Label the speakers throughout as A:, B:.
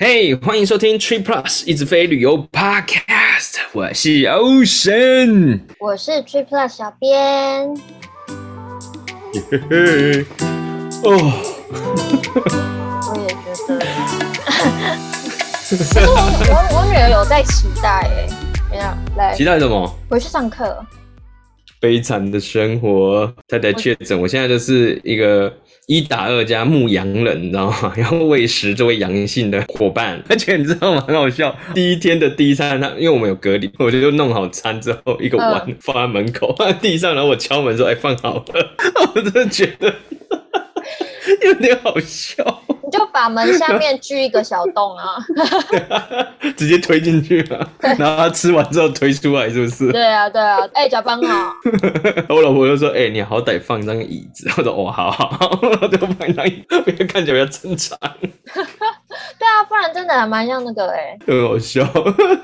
A: 嘿欢迎收听 Tree Plus 一直飞旅游 Podcast，我是 Ocean。
B: 我是 Tree Plus 小编，
A: 嘿嘿哦，
B: 我也觉得。 可是我我我女儿有在期待哎、欸，怎样？来
A: 期待什么？
B: 回去上课，
A: 悲惨的生活，太太确诊，我现在就是一个一打二加牧羊人，你知道吗？要喂食这位阳性的伙伴， 而且你知道吗？很好笑。第一天的第一餐，他因为我们有隔离，我就弄好餐之后，一个碗放在门口， 放在地上，然后我敲门说：“哎，放好了。” 我真的觉得有点好笑。
B: 你就把门下面锯一个小洞啊。
A: 直接推进去了， 然后他吃完之后推出来，是不是？
B: 对啊对啊，哎、假扮好，
A: 我老婆就说：“哎、你好歹放张椅子。”我说：“哦，好好好，我就放张椅，子，别看起来比较正常，
B: 对啊，不然真的还蛮像那个哎、
A: 很好笑。”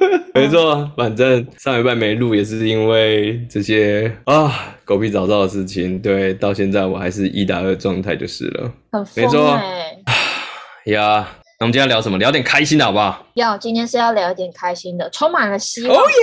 A: 没错，啊反正上礼拜没录也是因为这些啊狗屁早灶的事情。对，到现在我还是一打二状态就是了
B: 很
A: 没错
B: 疯哎、
A: 呀。那我们今天聊什么？聊点开心的好不好？
B: 要今天是要聊一点开心的，充满了希
A: 哦
B: 望，
A: 耶，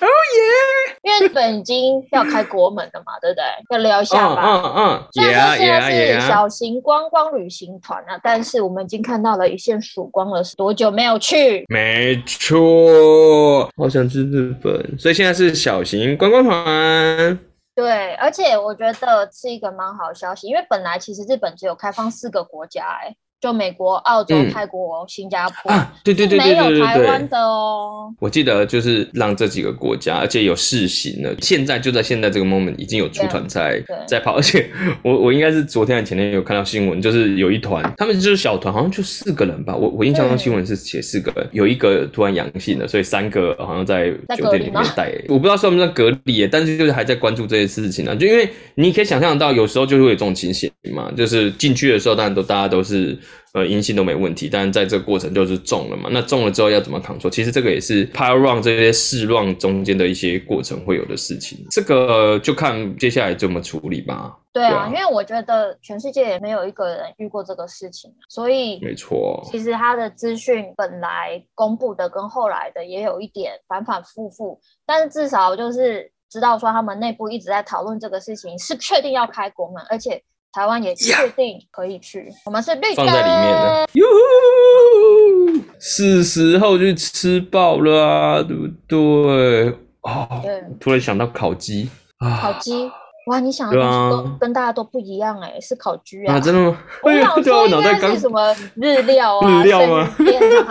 A: 哦耶！
B: 因为日本已经要开国门了嘛，对不对？要聊一下
A: 嗯
B: 吧。
A: 嗯嗯，
B: 虽
A: 也
B: 然
A: 啊
B: 说现
A: 也啊也
B: 在是
A: 啊！
B: 小型观光旅行团啊，但是我们已经看到了一线曙光了。多久没有去？
A: 没错，好想去日本，所以现在是小型观光团。
B: 对，而且我觉得是一个蛮好的消息，因为本来其实日本只有开放四个国家、哎，就美国、澳洲、
A: 嗯
B: 泰国、新加坡，
A: 啊，对对
B: 是
A: 对对
B: 没
A: 对
B: 有
A: 对
B: 台湾
A: 对。
B: 的哦。
A: 我记得就是让这几个国家，而且有试行了。现在就在现在这个 moment，已经有出团在
B: 对
A: 在跑，而 且我我应该是昨天还前天有看到新闻，就是有一团，他们就是小团，好像就四个人吧。我我印象中
B: 嗯
A: 新闻是写四个人，有一个突然阳性了，所以三个好像在
B: 在
A: 酒
B: 隔
A: 店
B: 离
A: 里
B: 吗
A: 面待。我不知道算不算隔离耶，但是就是还在关注这些事情啊。就因为你可以想象到，有时候就会有这种情形嘛，就是进去的时候，当然都大家都是呃阴性都没问题，但是在这个过程就是中了嘛。那中了之后要怎么扛住？其实这个也是 p i r o n 这些试 run 中间的一些过程会有的事情，这个就看接下来怎么处理吧。
B: 对
A: 对
B: 啊，
A: 啊
B: 因为我觉得全世界也没有一个人遇过这个事情，啊所以
A: 没错，
B: 其实它的资讯本来公布的跟后来的也有一点反反复复，但是至少就是知道说他们内部一直在讨论这个事情，是确定要开国门，而且台湾也确定可以去我们是绿
A: 放在里面
B: 灯。
A: 了。哟呼，是时候去吃爆了啊，对不对？哦，
B: 对，
A: 突然想到烤鸡
B: 烤
A: 啊。
B: 鸡，哇，你想的东西
A: 对
B: 都
A: 啊
B: 跟大家都不一样哎、是烤鸡
A: 啊，真的吗？
B: 我
A: 对啊
B: 想说
A: 我
B: 应
A: 脑袋
B: 该
A: 刚
B: 是什么日料 啊、
A: 日料吗
B: 生鱼片啊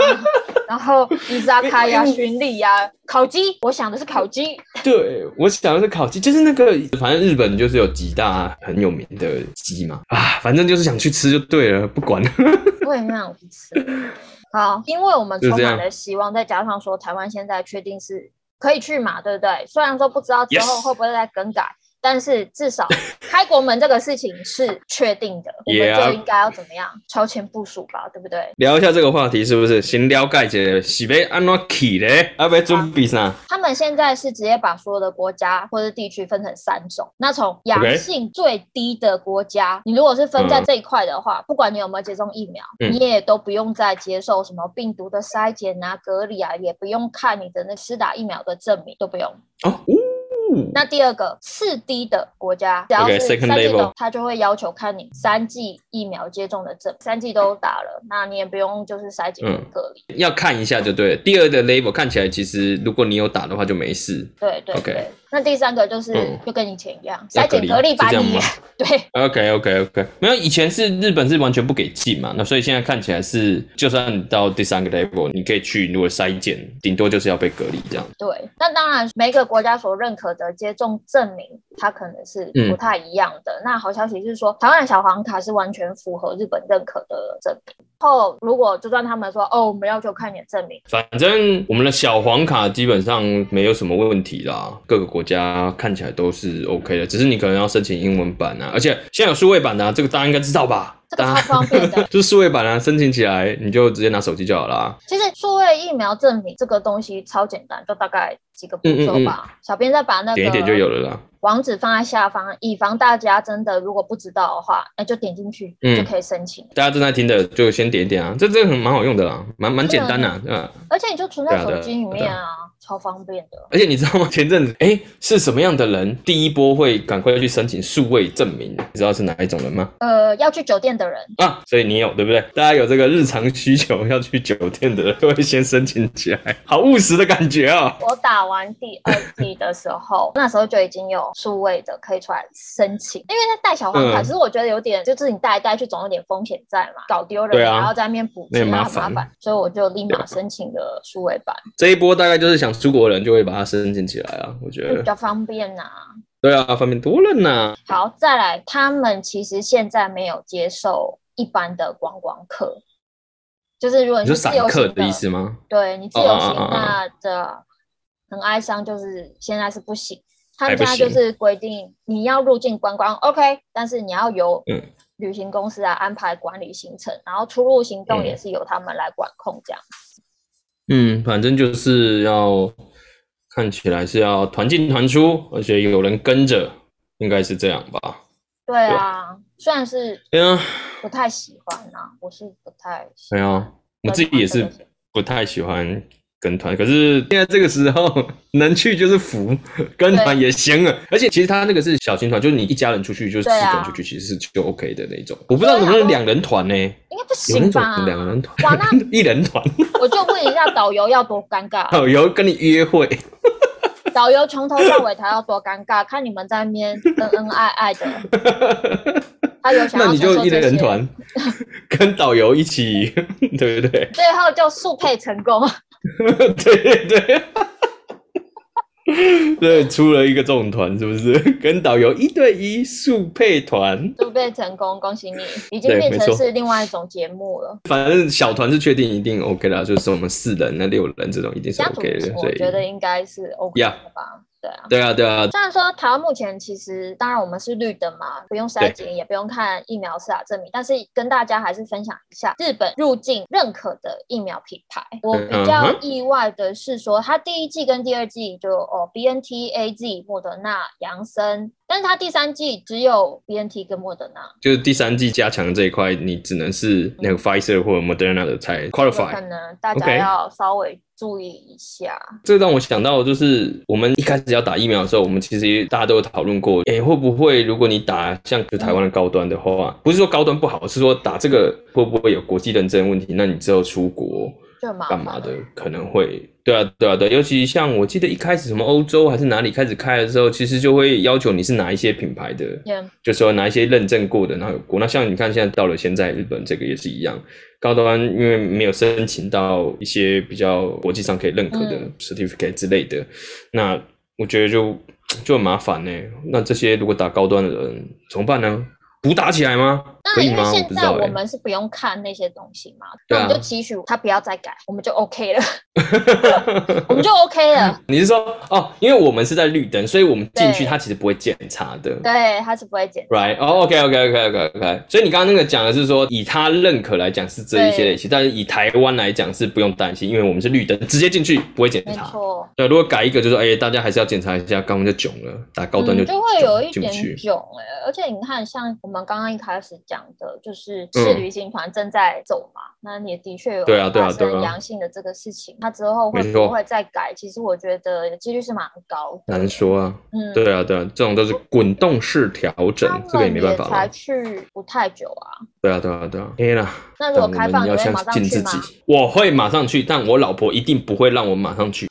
B: 然后伊 扎卡呀、巡礼呀、烤鸡，我想的是烤鸡。
A: 对，我想的是烤鸡，就是那个，反正日本就是有几大很有名的鸡嘛，啊，反正就是想去吃就对了，不管了。
B: 我也很想去吃。好，因为我们
A: 就
B: 充
A: 这样
B: 满了希望，再加上说台湾现在确定是可以去嘛，对不对？虽然说不知道之后
A: Yes
B: 会不会再更改。但是至少开国门这个事情是确定的，我们
A: Yeah
B: 就应该要怎么样超前部署吧，对不对？
A: 聊一下这个话题是不是？先了解一下，是要安怎起嘞？啊要不要准备啥？
B: 他们现在是直接把所有的国家或者地区分成三种。那从阳性最低的国家你如果是分在这一块的话，不管你有没有接种疫苗，
A: 嗯
B: 你也都不用再接受什么病毒的筛检啊、隔离啊，也不用看你的那施打疫苗的证明，都不用。
A: 哦，呜
B: 那第二个次低的国家，只要
A: Okay,
B: 是
A: second
B: 三剂
A: level
B: 都，他就会要求看你三剂疫苗接种的证，三剂都打了，那你也不用就是筛检
A: 嗯
B: 隔离。
A: 要看一下就对了。第二的 label 看起来其实如果你有打的话就没事。
B: 对对
A: OK
B: 对。那第三个就是、
A: 嗯
B: 就跟以前一样，
A: 要
B: 筛
A: 隔
B: 检
A: 离
B: 隔离吧
A: 是这样
B: 你
A: 吗。
B: 对，
A: OK OK OK，没有以前是日本是完全不给进嘛，那所以现在看起来是，就算你到第三个 level，你可以去，如果筛检，顶多就是要被隔离这样。
B: 对，那当然，每个国家所认可的接种证明，它可能是
A: 嗯
B: 不太一样的。那好消息是说，台湾的小黄卡是完全符合日本认可的证明。后如果就算他们说哦，我们要求看你的证明，
A: 反正我们的小黄卡基本上没有什么问题啦，各个国家看起来都是 OK 的，只是你可能要申请英文版啊，而且现在有数位版啊，这个大家应该知道吧？
B: 这个超方便的。
A: 就是数位版啊，申请起来你就直接拿手机就好啦。
B: 其实数位疫苗证明这个东西超简单，就大概几个步骤吧。小编再把那个
A: 嗯点一点就有了啦。
B: 网址放在下方，以防大家真的如果不知道的话，那就点进去、
A: 嗯
B: 就可以申请。
A: 大家正在听的就先点一点啊，这这个很蛮好用的啦，蛮蛮简单的、啊，对吧？
B: 而且你就存在手
A: 对啊
B: 机里
A: 对啊对
B: 面啊，超方便的。
A: 而且你知道吗？ 前阵子，哎、是什么样的人第一波会赶快去申请数位证明？你知道是哪一种人吗？
B: 呃，要去酒店的人，
A: 啊，所以你有对不对？大家有这个日常需求要去酒店的人，都会先申请起来， 好务实的感觉啊、
B: 我打完第二季的时候，那时候就已经有数位的可以出来申请，因为那带小黄卡，
A: 嗯
B: 其实我觉得有点，就是你带来带去总有点风险在嘛，搞丢
A: 对
B: 人、
A: 啊
B: 还要在那边补
A: 那也
B: 钱，
A: 麻
B: 然后很麻
A: 烦啊
B: 烦，所以我就立马申请了数位版，
A: 这一波大概就是想出国的人就会把它申请起来啊，我觉
B: 就比
A: 得。
B: 较方便呐、
A: 对啊，方便多了呢。
B: 好，再来，他们其实现在没有接受一般的观光客，就是如果
A: 你
B: 是
A: 说
B: 自
A: 散
B: 由
A: 客
B: 行
A: 的意思吗？
B: 对你自由行
A: 哦哦哦哦
B: 那的很哀伤，就是现在是不行。他们
A: 还不
B: 现在就
A: 行
B: 是规定你要入境观光，OK，但是你要由
A: 嗯
B: 旅行公司来啊安排管理行程，然后出入行动
A: 嗯
B: 也是由他们来管控这样。
A: 嗯，反正就是要看起来是要团进团出，而且有人跟着，应该是这样吧？
B: 对啊，虽然是
A: 对啊，
B: 不太喜欢啊，我是不太喜
A: 对
B: 欢
A: 啊，我自己也是不太喜欢跟团，可是现在这个时候能去就是福， 跟团也行啊。而且其实他那个是小型团，就是你一家人出去，就是四
B: 对啊
A: 个人出去，其实是就 OK 的那种。我不知道能不能两人团呢、
B: 应该不
A: 有那
B: 行
A: 种
B: 吧？
A: 两人
B: 哇
A: 团
B: 那、
A: 一人团，
B: 我就问一下导游要多尴尬，
A: 导游跟你约会，
B: 导游从头到尾他要多尴尬，看你们在那边恩恩爱爱的，他有想 要
A: 那你
B: 承受
A: 就一
B: 这
A: 人
B: 些。
A: 团，跟导游一起， 对不 对？
B: 最后就速配成功，
A: 对 对 对，对，出了一个这种团，是不是？ 跟导游一对一速配团，
B: 速配成功，恭 喜你，已经
A: 对
B: 变
A: 没
B: 成
A: 错
B: 是另外一种节目了。
A: 反正小团是确定一定 OK 啦，就是我们四人、那六人这种一定是
B: 家族
A: OK 的，
B: 我
A: 所以
B: 觉得应该是 OK
A: 呀
B: 的吧对啊。
A: 对啊对啊，
B: 虽然说台湾目前其实，当然我们是绿灯嘛，不用筛检，也不用看疫苗施打证明，但是跟大家还是分享一下日本入境认可的疫苗品牌。我比较
A: 嗯哼
B: 意外的是说，它第一季跟第二季就哦 B N T A Z 莫德纳、杨森，但是它第三季只有 B N T 跟莫德纳，
A: 就是第三季加强这一块，你只能是那个 Pfizer 或者 Moderna 的才
B: 有可
A: qualify。
B: 能大家
A: OK
B: 要稍微注意一下。
A: 这让我想到，就是我们一开始要打疫苗的时候，我们其实大家都有讨论过，诶，会不会如果你打像就台湾的高端的话，不是说高端不好，是说打这个会不会有国际认证问题？那你之后出国
B: 就麻
A: 干
B: 烦
A: 嘛
B: 了
A: 的，可能会对啊，对啊，对啊，尤其像我记得一开始什么欧洲还是哪里开始开的时候，其实就会要求你是哪一些品牌的，
B: Yeah，
A: 就说哪一些认证过的，然后有过。那像你看现在到了现在日本这个也是一样，高端因为没有申请到一些比较国际上可以认可的
B: 嗯
A: certificate 之类的，那我觉得就就很麻烦呢、那这些如果打高端的人怎么办呢？补打起来吗？可
B: 那
A: 以
B: 因为
A: 吗？我
B: 现
A: 不知
B: 在
A: 道哎、
B: 我们是不用看那些东西嘛，
A: 对
B: 那
A: 啊
B: 我们就期许他不要再改，我们就 OK 了，我们就 OK 了。
A: 你是说哦，因为我们是在绿灯，所以我们进去
B: 对
A: 它其实不会检查的。
B: 对，他是不会剪。
A: Right，哦、o k o k o k o k o k 所以你刚刚那个讲的是说，以他认可来讲是这一些类型，但是以台湾来讲是不用担心，因为我们是绿灯，直接进去不会检
B: 没
A: 查。
B: 错，
A: 对，如果改一个就是，哎、大家还是要检查一下，刚刚就囧了，打高端就、
B: 嗯、就会有一
A: 进不
B: 点
A: 去。
B: 囧哎、而且你看，像我们刚刚一开始讲的，就是
A: 嗯
B: 赤旅行团正在走嘛，那也的确有
A: 对啊对啊
B: 发生
A: 对啊
B: 阳性的这个事情，他之后会
A: 没
B: 不
A: 错
B: 会再改？其实我觉得几率是蛮高的。
A: 难说啊，
B: 嗯，
A: 对啊，对啊，这种都是滚动式调整
B: 他，
A: 这个也没
B: 们
A: 办
B: 也
A: 法
B: 才
A: 了。
B: 去不太久啊。
A: 对啊，对啊，对啊，啊哎啦，
B: 那
A: 但
B: 如果
A: 我
B: 开
A: 们
B: 放，你
A: 要
B: 会
A: 相
B: 马上
A: 信
B: 去
A: 自
B: 吗
A: 己？。我会马上去，但我老婆一定不会让我马上去。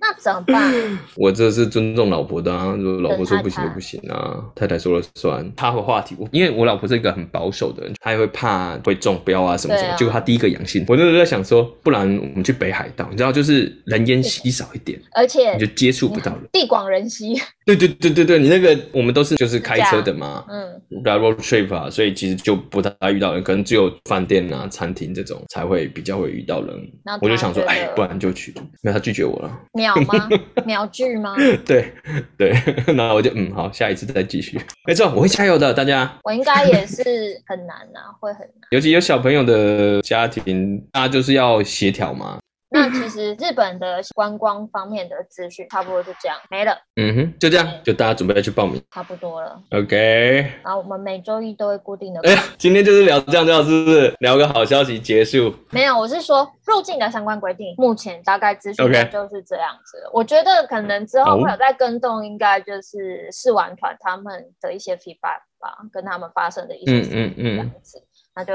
B: 那怎么办？
A: 我这是尊重老婆的啊，如果老婆说不行
B: 等太太
A: 就不行啊，太太说了算。她的话题，我因为我老婆是一个很保守的人，她也会怕会中标啊什么什
B: 对
A: 么。
B: 啊
A: 结果她第一个阳性，我那时候在想说，不然我们去北海道，你知道，就是人烟稀少一点，
B: 而且
A: 你就接触不到人。
B: 地广人稀，
A: 对对对对对，你那个我们都是就是开车的嘛。
B: 嗯，
A: 对啊 road trip 啊，所以其实就不太遇到人，可能只有饭店啊、餐厅这种才会比较会遇到人
B: 那。
A: 我就
B: 她
A: 想说，
B: 觉
A: 哎
B: 得，
A: 不然就去，那他拒绝我了。
B: 秒吗？秒拒吗？
A: 对对，那我就嗯好，下一次再继续。没错，我会加油的，大家。
B: 我应该也是很难呐、会很难。
A: 尤其有小朋友的家庭，大家就是要协调嘛。
B: 那其实日本的观光方面的资讯差不多就这样没了，
A: 嗯哼，就这样，就大家准备去报名。
B: 差不多了。
A: OK，
B: 然后我们每周一都会固定的，
A: 哎呀，今天就是聊这样就好，是不是？聊个好消息结束。
B: 没有，我是说入境的相关规定，目前大概资讯
A: OK
B: 就是这样子了。我觉得可能之后
A: 哦
B: 会有在跟动，应该就是试玩团他们的一些 feedback 吧，跟他们发生的一些
A: 嗯
B: 事
A: 嗯
B: 情这
A: 嗯
B: 样子。那就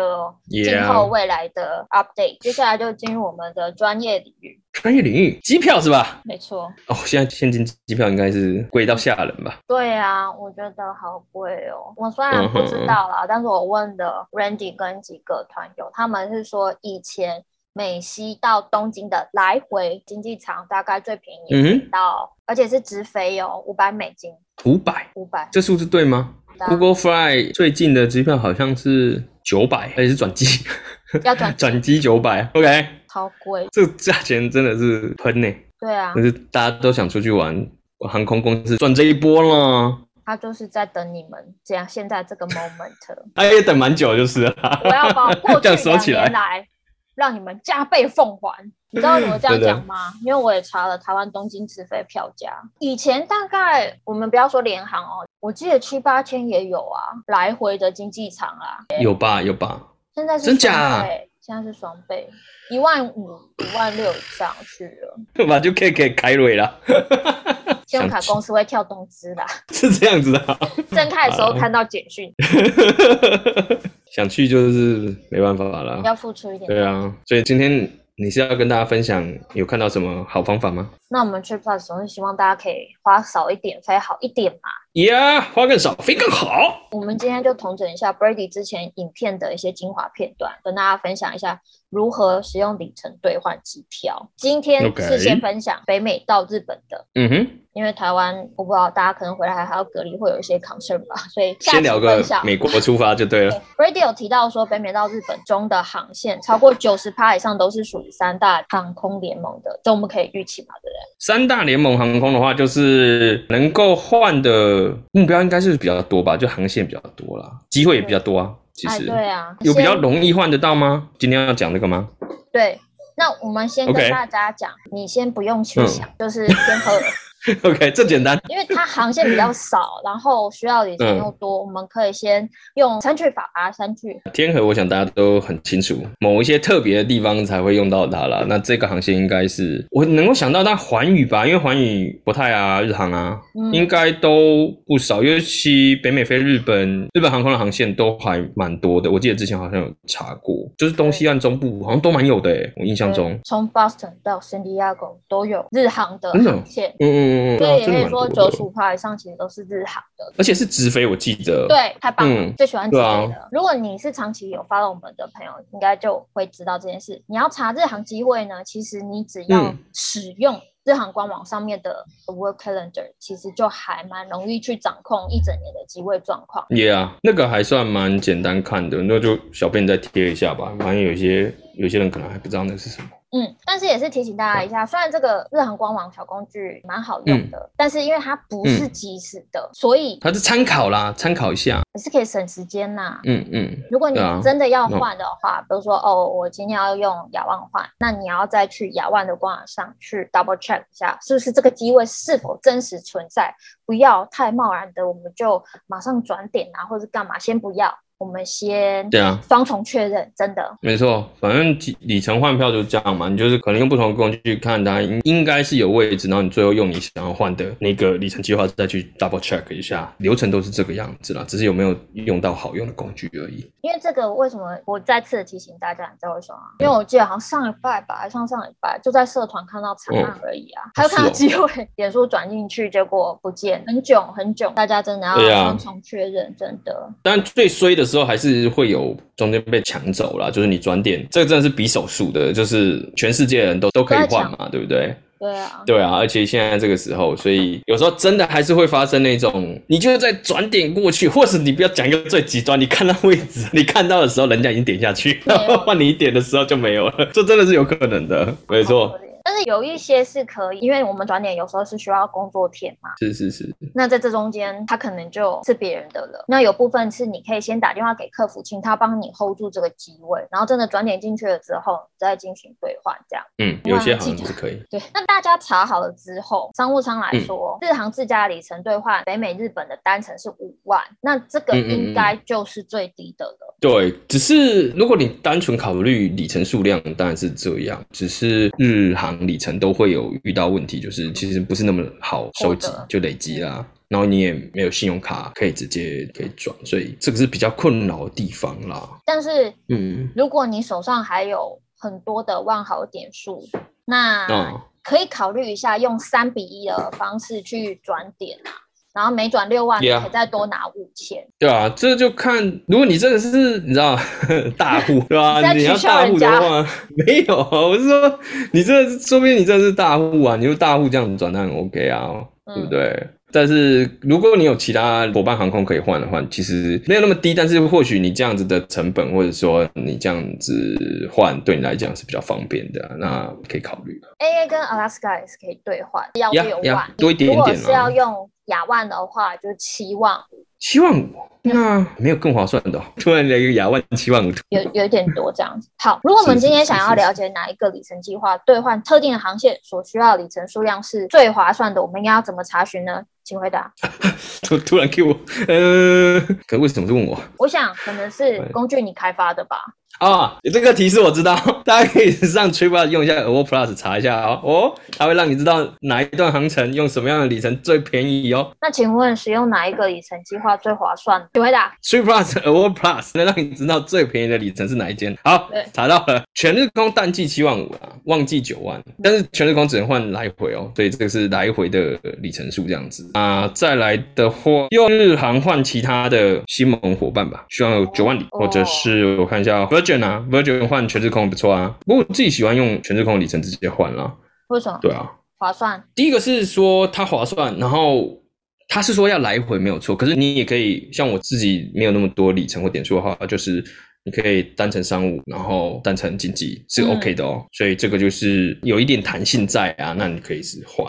A: Yeah
B: 今后未来的 update，接下来就进入我们的专业领域。
A: 专业领域，机票是吧？
B: 没错，
A: 哦，现在现金机票应该是贵到吓人吧？
B: 对啊，我觉得好贵哦。我虽然
A: 嗯
B: 不
A: 哼
B: 知道啦，但是我问的 Randy 跟几个团友，他们是说以前美西到东京的来回经济舱大概最便宜
A: 嗯哼，
B: 到，而且是直飞哦，五百美金，
A: 五百，
B: 五百。
A: 这数字对吗？Google
B: 啊
A: Fly 最近的机票好像是九百，而且是转机，
B: 要转
A: 转机九百。OK，啊
B: 超贵，
A: 这价钱真的是喷呢、
B: 对啊
A: 可，是大家都想出去玩，航空公司赚这一波了。
B: 他就是在等你们这样现在这个 moment，
A: 哎，也等蛮久就是了。
B: 我要把我过
A: 这样
B: 去
A: 说
B: 两
A: 起
B: 年
A: 来，
B: 来让你们加倍奉还。你知道为什么这样
A: 真的
B: 讲吗？因为我也查了台湾东京直飞票价，以前大概我们不要说联航哦，我记得七八千也有啊，来回的经济舱啊，
A: 有吧有吧，
B: 现在是
A: 真假啊
B: 双倍？现在是双倍，一万五、一万六以上去了，
A: 吧就可以给凯瑞了，
B: 信用卡公司会跳动资啦。
A: 是这样子的啊。
B: 睁开的时候看到简讯，
A: 想去就是没办法了。
B: 要付出一点。
A: 对啊，所以今天你是要跟大家分享有看到什么好方法吗？
B: 那我们 Trip Plus 总是希望大家可以花少一点，飞好一点嘛。
A: 呀、花更少，飞更好。
B: 我们今天就统整一下 Brady 之前影片的一些精华片段，跟大家分享一下如何使用里程兑换机票。今天
A: OK
B: 是先分享北美到日本的。
A: 嗯哼，
B: 因为台湾我不知道大家可能回来还还要隔离，会有一些 concern 吧，所以下
A: 先
B: 期
A: 聊
B: 分
A: 个
B: 享
A: 美国出发就对了。
B: Brady 有提到说，北美到日本中的航线超过九十趴以上都是属于三大航空联盟的，这我们可以预期嘛，对不对？
A: 三大联盟航空的话，就是能够换的目标应该是比较多吧，就航线比较多啦，机会也比较多啊。其
B: 哎，
A: 实、
B: 对啊，
A: 有比较
B: 先
A: 容易换得到吗？今天要讲这个吗？
B: 对。那我们先跟
A: OK 嗯
B: 大家讲你先不用去想，就是先喝，
A: OK，这简单。
B: 因为它航线 比较少，然后需要里程
A: 嗯
B: 又多，我们可以先用删去法把它删去。
A: 天河，我想大家都很清楚，某一些特别的地方才会用到它啦。那这个航线应该是我能够想到，但环宇吧，因为环宇、国泰啊、日航啊，
B: 嗯，
A: 应该都不少，尤其北美飞日本，日本航空的航线都还蛮多的。我记得之前好像有查过，就是东西岸中部好像都蛮有的、欸，我印象中
B: 对。从 Boston 到 San Diego 都有日航的
A: 真的哦
B: 航线，
A: 嗯嗯嗯嗯，
B: 所以也
A: 真
B: 可
A: 的
B: 以
A: 蛮
B: 说
A: 多
B: 九
A: 的
B: 十五趴以上其实都是日航的。
A: 而且是直飞，我记得。
B: 对，太棒了，
A: 嗯
B: 最喜欢直飞
A: 对
B: 的。如果你是长期有 follow 我们的朋友，应该就会知道这件事。你要查日航机会呢，其实你只要
A: 嗯
B: 使用日航官网上面的 work calendar，其实就还蛮容易去掌控一整年的机会状况。
A: ，Yeah，那个还算蛮简单看的，那就小便再贴一下吧。反正有些有些人可能还不知道那是什么。
B: 嗯，但是也是提醒大家一下，虽然这个日航官网小工具蛮好用
A: 嗯
B: 的，但是因为它不是即时的，所以
A: 它是参考啦，参考一下。
B: 也是可以省时间呐、
A: 嗯嗯，
B: 如果你
A: 对啊
B: 真的要
A: 那
B: 换的话，比如说哦，我今天要用雅万换，那你要再去雅万的官网上去 double check 一下，是不是这个机位是否真实存在？不要太贸然的，我们就马上转点啊，或者干嘛，先不要，我们先
A: 对啊，
B: 双重确认，真的。
A: 没错，反正里里程换票就是这样嘛，你就是可能用不同的工具看它应应该是有位置，然后你最后用你想要换的那个里程计划再去 double check 一下，流程都是这个样子啦，只是有没有用到好用的工具而已。
B: 因为这个为什么我再次地提醒大家，你知道为什么吗？因为我记得好像上礼拜吧，还上上礼拜就在社团看到惨案而已啊，还有看到
A: 哦是
B: 机会， 脸书转进去，结果不见，很囧很囧，大家真的要
A: 对啊
B: 双重确认，真的。
A: 但最衰的时候还是会有中间被抢走啦，就是你转点，这个真的是比手速的，就是全世界人都都可以换嘛，对不对？
B: 对啊，
A: 对啊，而且现在这个时候，所以有时候真的还是会发生那种，你就是在转点过去，或是你不要讲一个最极端，你看到位置， 你看到的时候人家已经点下去，
B: 没有
A: 然后换你点的时候就没有了，这真的是有可能的，没
B: 好
A: 错
B: 可。怜。但是有一些是可以，因为我们转点有时候是需要工作天嘛。
A: 是是是，
B: 那在这中间，他可能就是别人的了。那有部分是你可以先打电话给客服，请他帮你 hold 住这个机位，然后真的转点进去了之后，再进行兑换这样。
A: 嗯，有些好像是可以。
B: 对，那大家查好了之后，商务舱来
A: 嗯
B: 说，日航自家里程兑换北美日本的单程是五万，那这个
A: 嗯嗯嗯
B: 应该就是最低的了。
A: 对，只是如果你单纯考虑里程数量，当然是这样。只是日航里程都会有遇到问题，就是其实不是那么好收集
B: 获得
A: 就累积啦。然后你也没有信用卡可以直接可以转，所以这个是比较困扰的地方啦。
B: 但是
A: 嗯，
B: 如果你手上还有很多的万豪点数，那
A: 哦
B: 可以考虑一下用三比一的方式去转点啊，然后每转六万，你
A: Yeah
B: 可以再多拿五千。
A: 对啊，这就看如果你真的是你知道 大户对吧、
B: 你在
A: 你要
B: 取笑
A: 大户的
B: 人家
A: 话， 没有，我是说你这说不定你真的是大户啊，你就大户这样转那很 OK 啊，
B: 嗯
A: 对不对？但是如果你有其他伙伴航空可以换的话，其实没有那么低，但是或许你这样子的成本，或者说你这样子换，对你来讲是比较方便的啊、那可以考虑。
B: A A 跟 Alaska 也是可以兑换，要
A: 呀
B: 六
A: 呀
B: 万。
A: 多一点
B: 如
A: 点啊
B: 果是要用亚万的话，就七万，
A: 七万五，那没有更划算的哦、 突然来一个亚万七万五，
B: 有有一点多这样子。好，如果我们
A: 是
B: 今天
A: 是
B: 想
A: 是
B: 要
A: 是
B: 了解哪一个里程计划兑换特定的航线所需要的里程数量是最划算的，我们应该要怎么查询呢？请回答。
A: 突突然给我，呃，可为什么是问我？
B: 我想可能是
A: 对
B: 工具你开发的吧。
A: 啊、这个提示我知道， 大家可以上 TripAdvisor 用一下 Award Plus 查一下哦。哦，它会让你知道哪一段航程用什么样的里程最便宜哦。
B: 那请问使用哪一个里程计划最划算？请回答。
A: Trip Plus Award Plus 能让你知道最便宜的里程是哪一间。好
B: 对，
A: 查到了，全日空淡季七万五啊，旺季九万，但是全日空只能换来回哦，所以这个是来回的里程数这样子啊。再来的话，用日航换其他的西盟伙伴吧，希望有九万里，
B: 哦
A: 或者是我看一下 Virgin 啊，Virgin 换全日空不错啊。不过我自己喜欢用全日空的里程直接换啦，
B: 为什么
A: 对啊。
B: 划算？
A: 第一个是说它划算，然后他是说要来回没有错，可是你也可以像我自己没有那么多里程或点数的话，就是你可以单程商务，然后单程经济是
B: 嗯
A: OK 的哦，所以这个就是有一点弹性在啊，那你可以是还，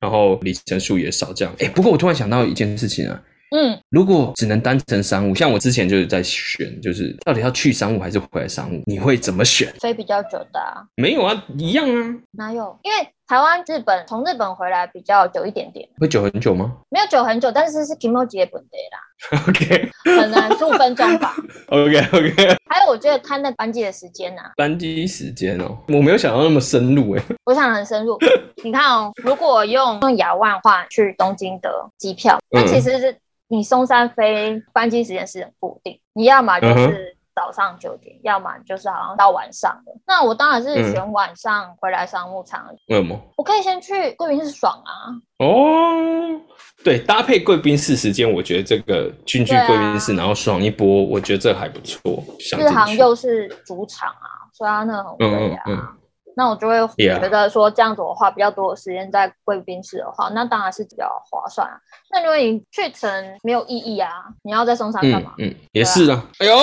A: 然后里程数也少这样。哎，不过我突然想到一件事情啊。
B: 嗯，
A: 如果只能单程商务，像我之前就是在选，就是到底要去商务还是回来商务，你会怎么选？
B: 飞比较久的、啊、
A: 没有啊，一样啊，
B: 哪有？因为台湾、日本从日本回来比较久一点点，
A: 会久很久 吗
B: 没有久很久，但是是 k i m o j i 的本地啦，
A: ？OK
B: 可能十五分钟吧。
A: OK OK，
B: 还有，我觉得看那班机的时间啊，
A: 班机时间哦，我没有想到那么深入哎。
B: 我想得很深入。你看哦，如果用用亚万换去东京的机票，那
A: 嗯
B: 其实是你松山飞班机时间是很固定，你要么就
A: 嗯哼
B: 是早上九点，要么就是好像到晚上的。那我当然是
A: 嗯
B: 选晚上回来商务舱，
A: 为什么？
B: 我可以先去贵宾室爽啊。
A: 哦，对，搭配贵宾室时间，我觉得这个进去
B: 对啊
A: 贵宾室，然后爽一波，我觉得这还不错。想
B: 日航
A: 进去
B: 又是主场啊，所以它那个很
A: 嗯
B: 贵
A: 嗯
B: 啊。
A: 嗯，啊
B: 那我就会
A: Yeah
B: 觉得说，这样子我花比较多的时间在贵宾室的话，那当然是比较划算啊。那如果你去程没有意义啊，你要在松山干
A: 嗯
B: 嘛？
A: 嗯，也是啊。哎呦，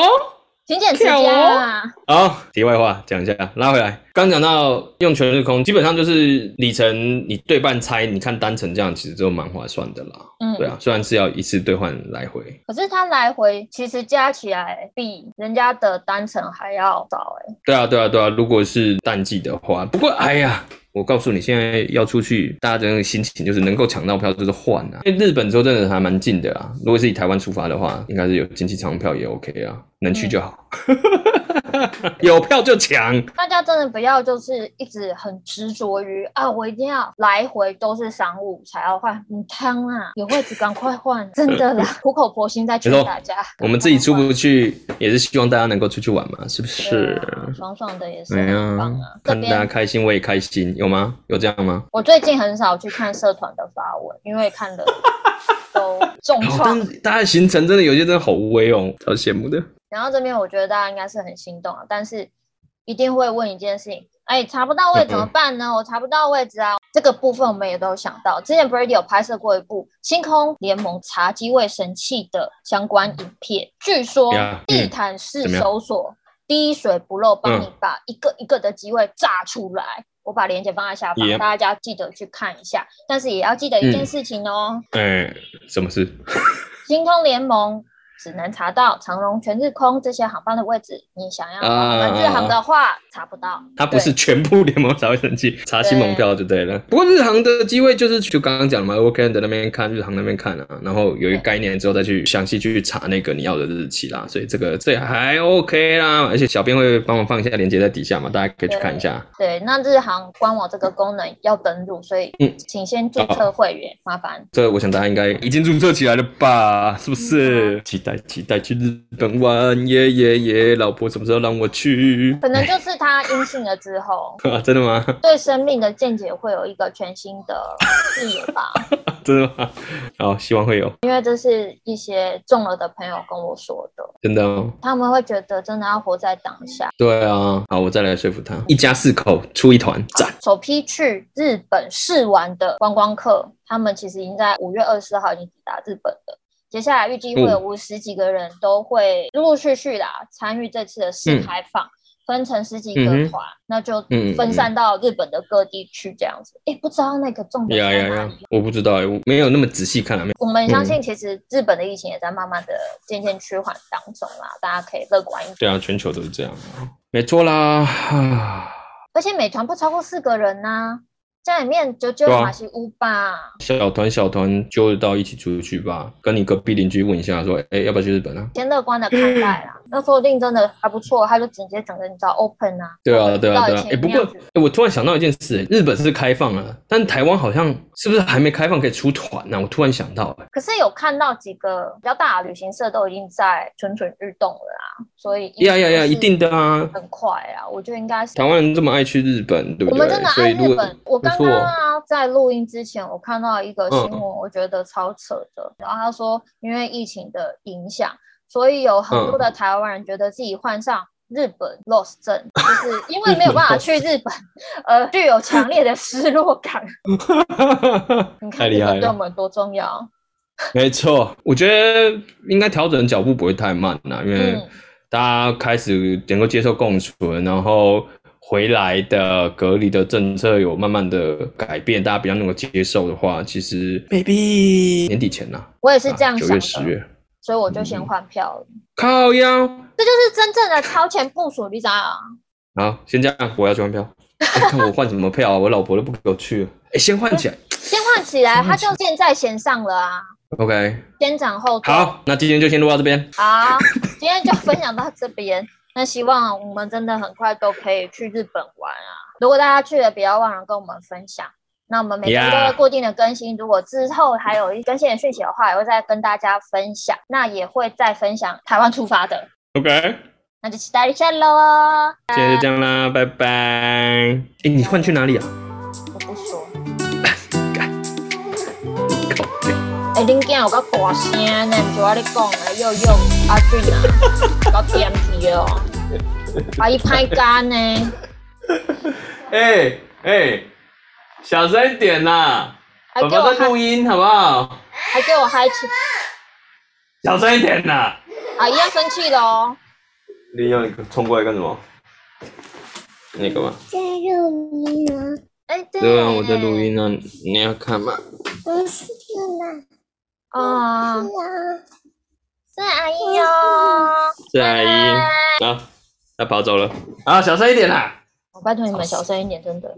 B: 勤俭持家啊，
A: 好，题外话讲一下，拉回来。刚讲到用全日空，基本上就是里程你对半拆，你看单程这样其实就蛮划算的啦。
B: 嗯，
A: 对啊，虽然是要一次兑换来回，
B: 可是它来回其实加起来比人家的单程还要少哎、
A: 对啊，对啊，对啊。如果是淡季的话，不过哎呀，我告诉你，现在要出去，大家的那个心情就是能够抢到票就是换啊。因为日本说真的还蛮近的啊，如果是以台湾出发的话，应该是有经济舱票也 OK 啊，能去就好， 有票就抢。
B: 大家真的不要就是一直很执着于啊，我一定要来回都是商务才要换，你汤啊，有位置赶快 换，真的啦，苦口婆心在劝
A: 没错
B: 大家。啊
A: 我们自己出不去，也是希望大家能够出去玩嘛，是不
B: 对
A: 是？
B: 啊爽爽的也是
A: 哎
B: 很
A: 呀
B: 棒啊，。这
A: 看大家
B: 边。
A: 开心，我也开心，有吗？有这样吗？
B: 我最近很少去看社团的发文，因 为看的都重
A: 哦，
B: 创
A: 但。是大家的行程真的有些真的好无威哦，超羡慕的。
B: 然后这边我觉得大家应该是很心动啊，但是一定会问一件事情，哎，查不到位怎么办呢？我查不到位置啊，这个部分我们也都有想到。之前 Brady 有拍摄过一部《星空联盟查机位神器》的相关影片，据说
A: Yeah，嗯
B: 地毯式
A: 怎么样
B: 搜索、滴水不漏，帮
A: 嗯
B: 你把一个一个的机位炸出来。我把链接放在下方
A: Yep
B: 大家记得去看一下。但是也要记得
A: 嗯
B: 一件事情哦，
A: 哎、什么事？
B: 星空联盟只能查到长荣、全日空这些航班的位置，你想要
A: 啊
B: 转日航的话、查不到。
A: 它不是全部联盟才会生气，查新盟
B: 对
A: 票就对了。不过日航的机会就是就刚刚讲的嘛，我可能在那边看日航那边看啊，然后有一个
B: 对
A: 概念之后再去详细去查那个你要的日期啦，所以这个这还 OK 啦，而且小编会帮我放一下链接在底下嘛，大家可以去看一下。
B: 对，对那日航官网这个功能要登录，所以
A: 嗯
B: 请先注册会员，麻烦。
A: 这我想大家应该已经注册起来了吧？是不是？
B: 嗯
A: 期待期待去日本玩，耶耶耶！老婆什么时候让我去？
B: 可能就是他阴性了之后，
A: 啊，真的吗？
B: 对生命的见解会有一个全新的视野吧。
A: 真的吗？好，希望会有，
B: 因为这是一些中了的朋友跟我说的，
A: 真的哦。
B: 他们会觉得真的要活在当下。
A: 对啊，好，我再来说服他，一家四口出一
B: 哦
A: 团，赞！
B: 首批去日本试玩的观光客，他们其实已经在五月二十号已经抵达日本了。接下来预计会有五十几个人都会陆陆续续啦参与这次的试开放，分成十几个团，
A: 嗯
B: 那就
A: 嗯嗯
B: 分散到日本的各地去这样子。哎、不知道那个重点
A: 呀
B: 在
A: 呀
B: 哪
A: 呀
B: 里。！
A: 我不知道欸，我没有那么仔细看啊。没
B: 我们相信，其实日本的疫情也在慢慢的渐渐趋缓当中啦，大家可以乐观一点。
A: 对啊，全球都是这样啊，没错啦。 啊
B: 而且每团不超过四个人呐、家里面九九
A: 对啊
B: 马西乌吧，
A: 小团小团揪得到一起出去吧，跟你隔壁邻居问一下，说，哎、要不要去日本啊？
B: 先乐观的看 待啦。那说不定真的还不错，他就直接整个你知道 open 啊，
A: 对啊，对啊，对啊。哎、
B: 不
A: 不
B: 知道
A: 过，
B: 以前那样
A: 哎
B: 子、
A: 我突然想到一件事、欸，日本是开放了，但台湾好像是不是还没开放可以出团呢、我突然想到、欸，
B: 可是有看到几个比较大的旅行社都已经在蠢蠢欲动了啦，所以
A: 呀呀呀，
B: 是
A: 一定的啊！
B: 很快啊，我觉得应该是
A: 台湾人这么爱去日本，对不对？
B: 我们真的
A: 所
B: 爱
A: 以如
B: 日
A: 果
B: 本。我刚
A: 没
B: 刚
A: 错
B: 啊，在录音之前，我看到一个新闻，
A: 嗯
B: 我觉得超扯的。然后他说，因为疫情的影响，所以有很多
A: 嗯
B: 的台湾人觉得自己患上日本 loss 症，就是因为没有办法去日本，呃，具有强烈的失落 感。你
A: 太
B: 看，
A: 厉害
B: 对我
A: 了，
B: 们多重要。
A: 没错，我觉得应该调整脚步不会太慢啦，因为
B: 嗯，
A: 大家开始能够接受共存，然后回来的隔离的政策有慢慢的改变，大家比较能够接受的话，其实 maybe 年底前呐、
B: 我也是这样
A: 啊九月
B: 想
A: 嗯十
B: 的，
A: 月，
B: 所以我就先换票了。
A: 靠腰，
B: 这就是真正的超前部署，你知道啊吗？
A: 好，先这样，我要去换票， 哎看我换什么票啊，我老婆都不给我去了，哎，先换起来
B: 先换起来，他就箭在弦上了啊，
A: ，OK，
B: 先斩后奏。
A: 好，那今天就先录到这边，
B: 好，今天就分享到这边。那希望我们真的很快都可以去日本玩啊！如果大家去了，不要忘了跟我们分享。那我们每天都
A: Yeah
B: 会固定的更新如果之后还有一更新的讯息的话，也会再跟大家分享。那也会再分享台湾出发的，
A: ，OK。
B: 那就期待一下喽。
A: 今天就这样啦，拜拜。哎、你换去哪里啊？
B: 我不说，
A: 靠
B: 哎、恁囝有够大声呢，毋是我咧讲的，又又阿俊啊， 搞点皮哦，啊伊歹干呢，
A: 哎哎，小声一点啦，
B: 还哎给我嗨，
A: 音好不好？
B: 还给我嗨起。
A: 小声一点啦。
B: 阿啊姨要生气了哦。
A: 你要你冲过来干什么？那个吗？
C: 在录音啊，
B: 哎，对
A: 对啊，我在录。音啊，你要看吗？
C: 不是啦，
B: 啊、是
C: 是啊，
B: 啊阿姨哦。
A: 是阿姨啊，他跑走了。啊，小声一点啦。
B: 我拜托你们小声一点，真的。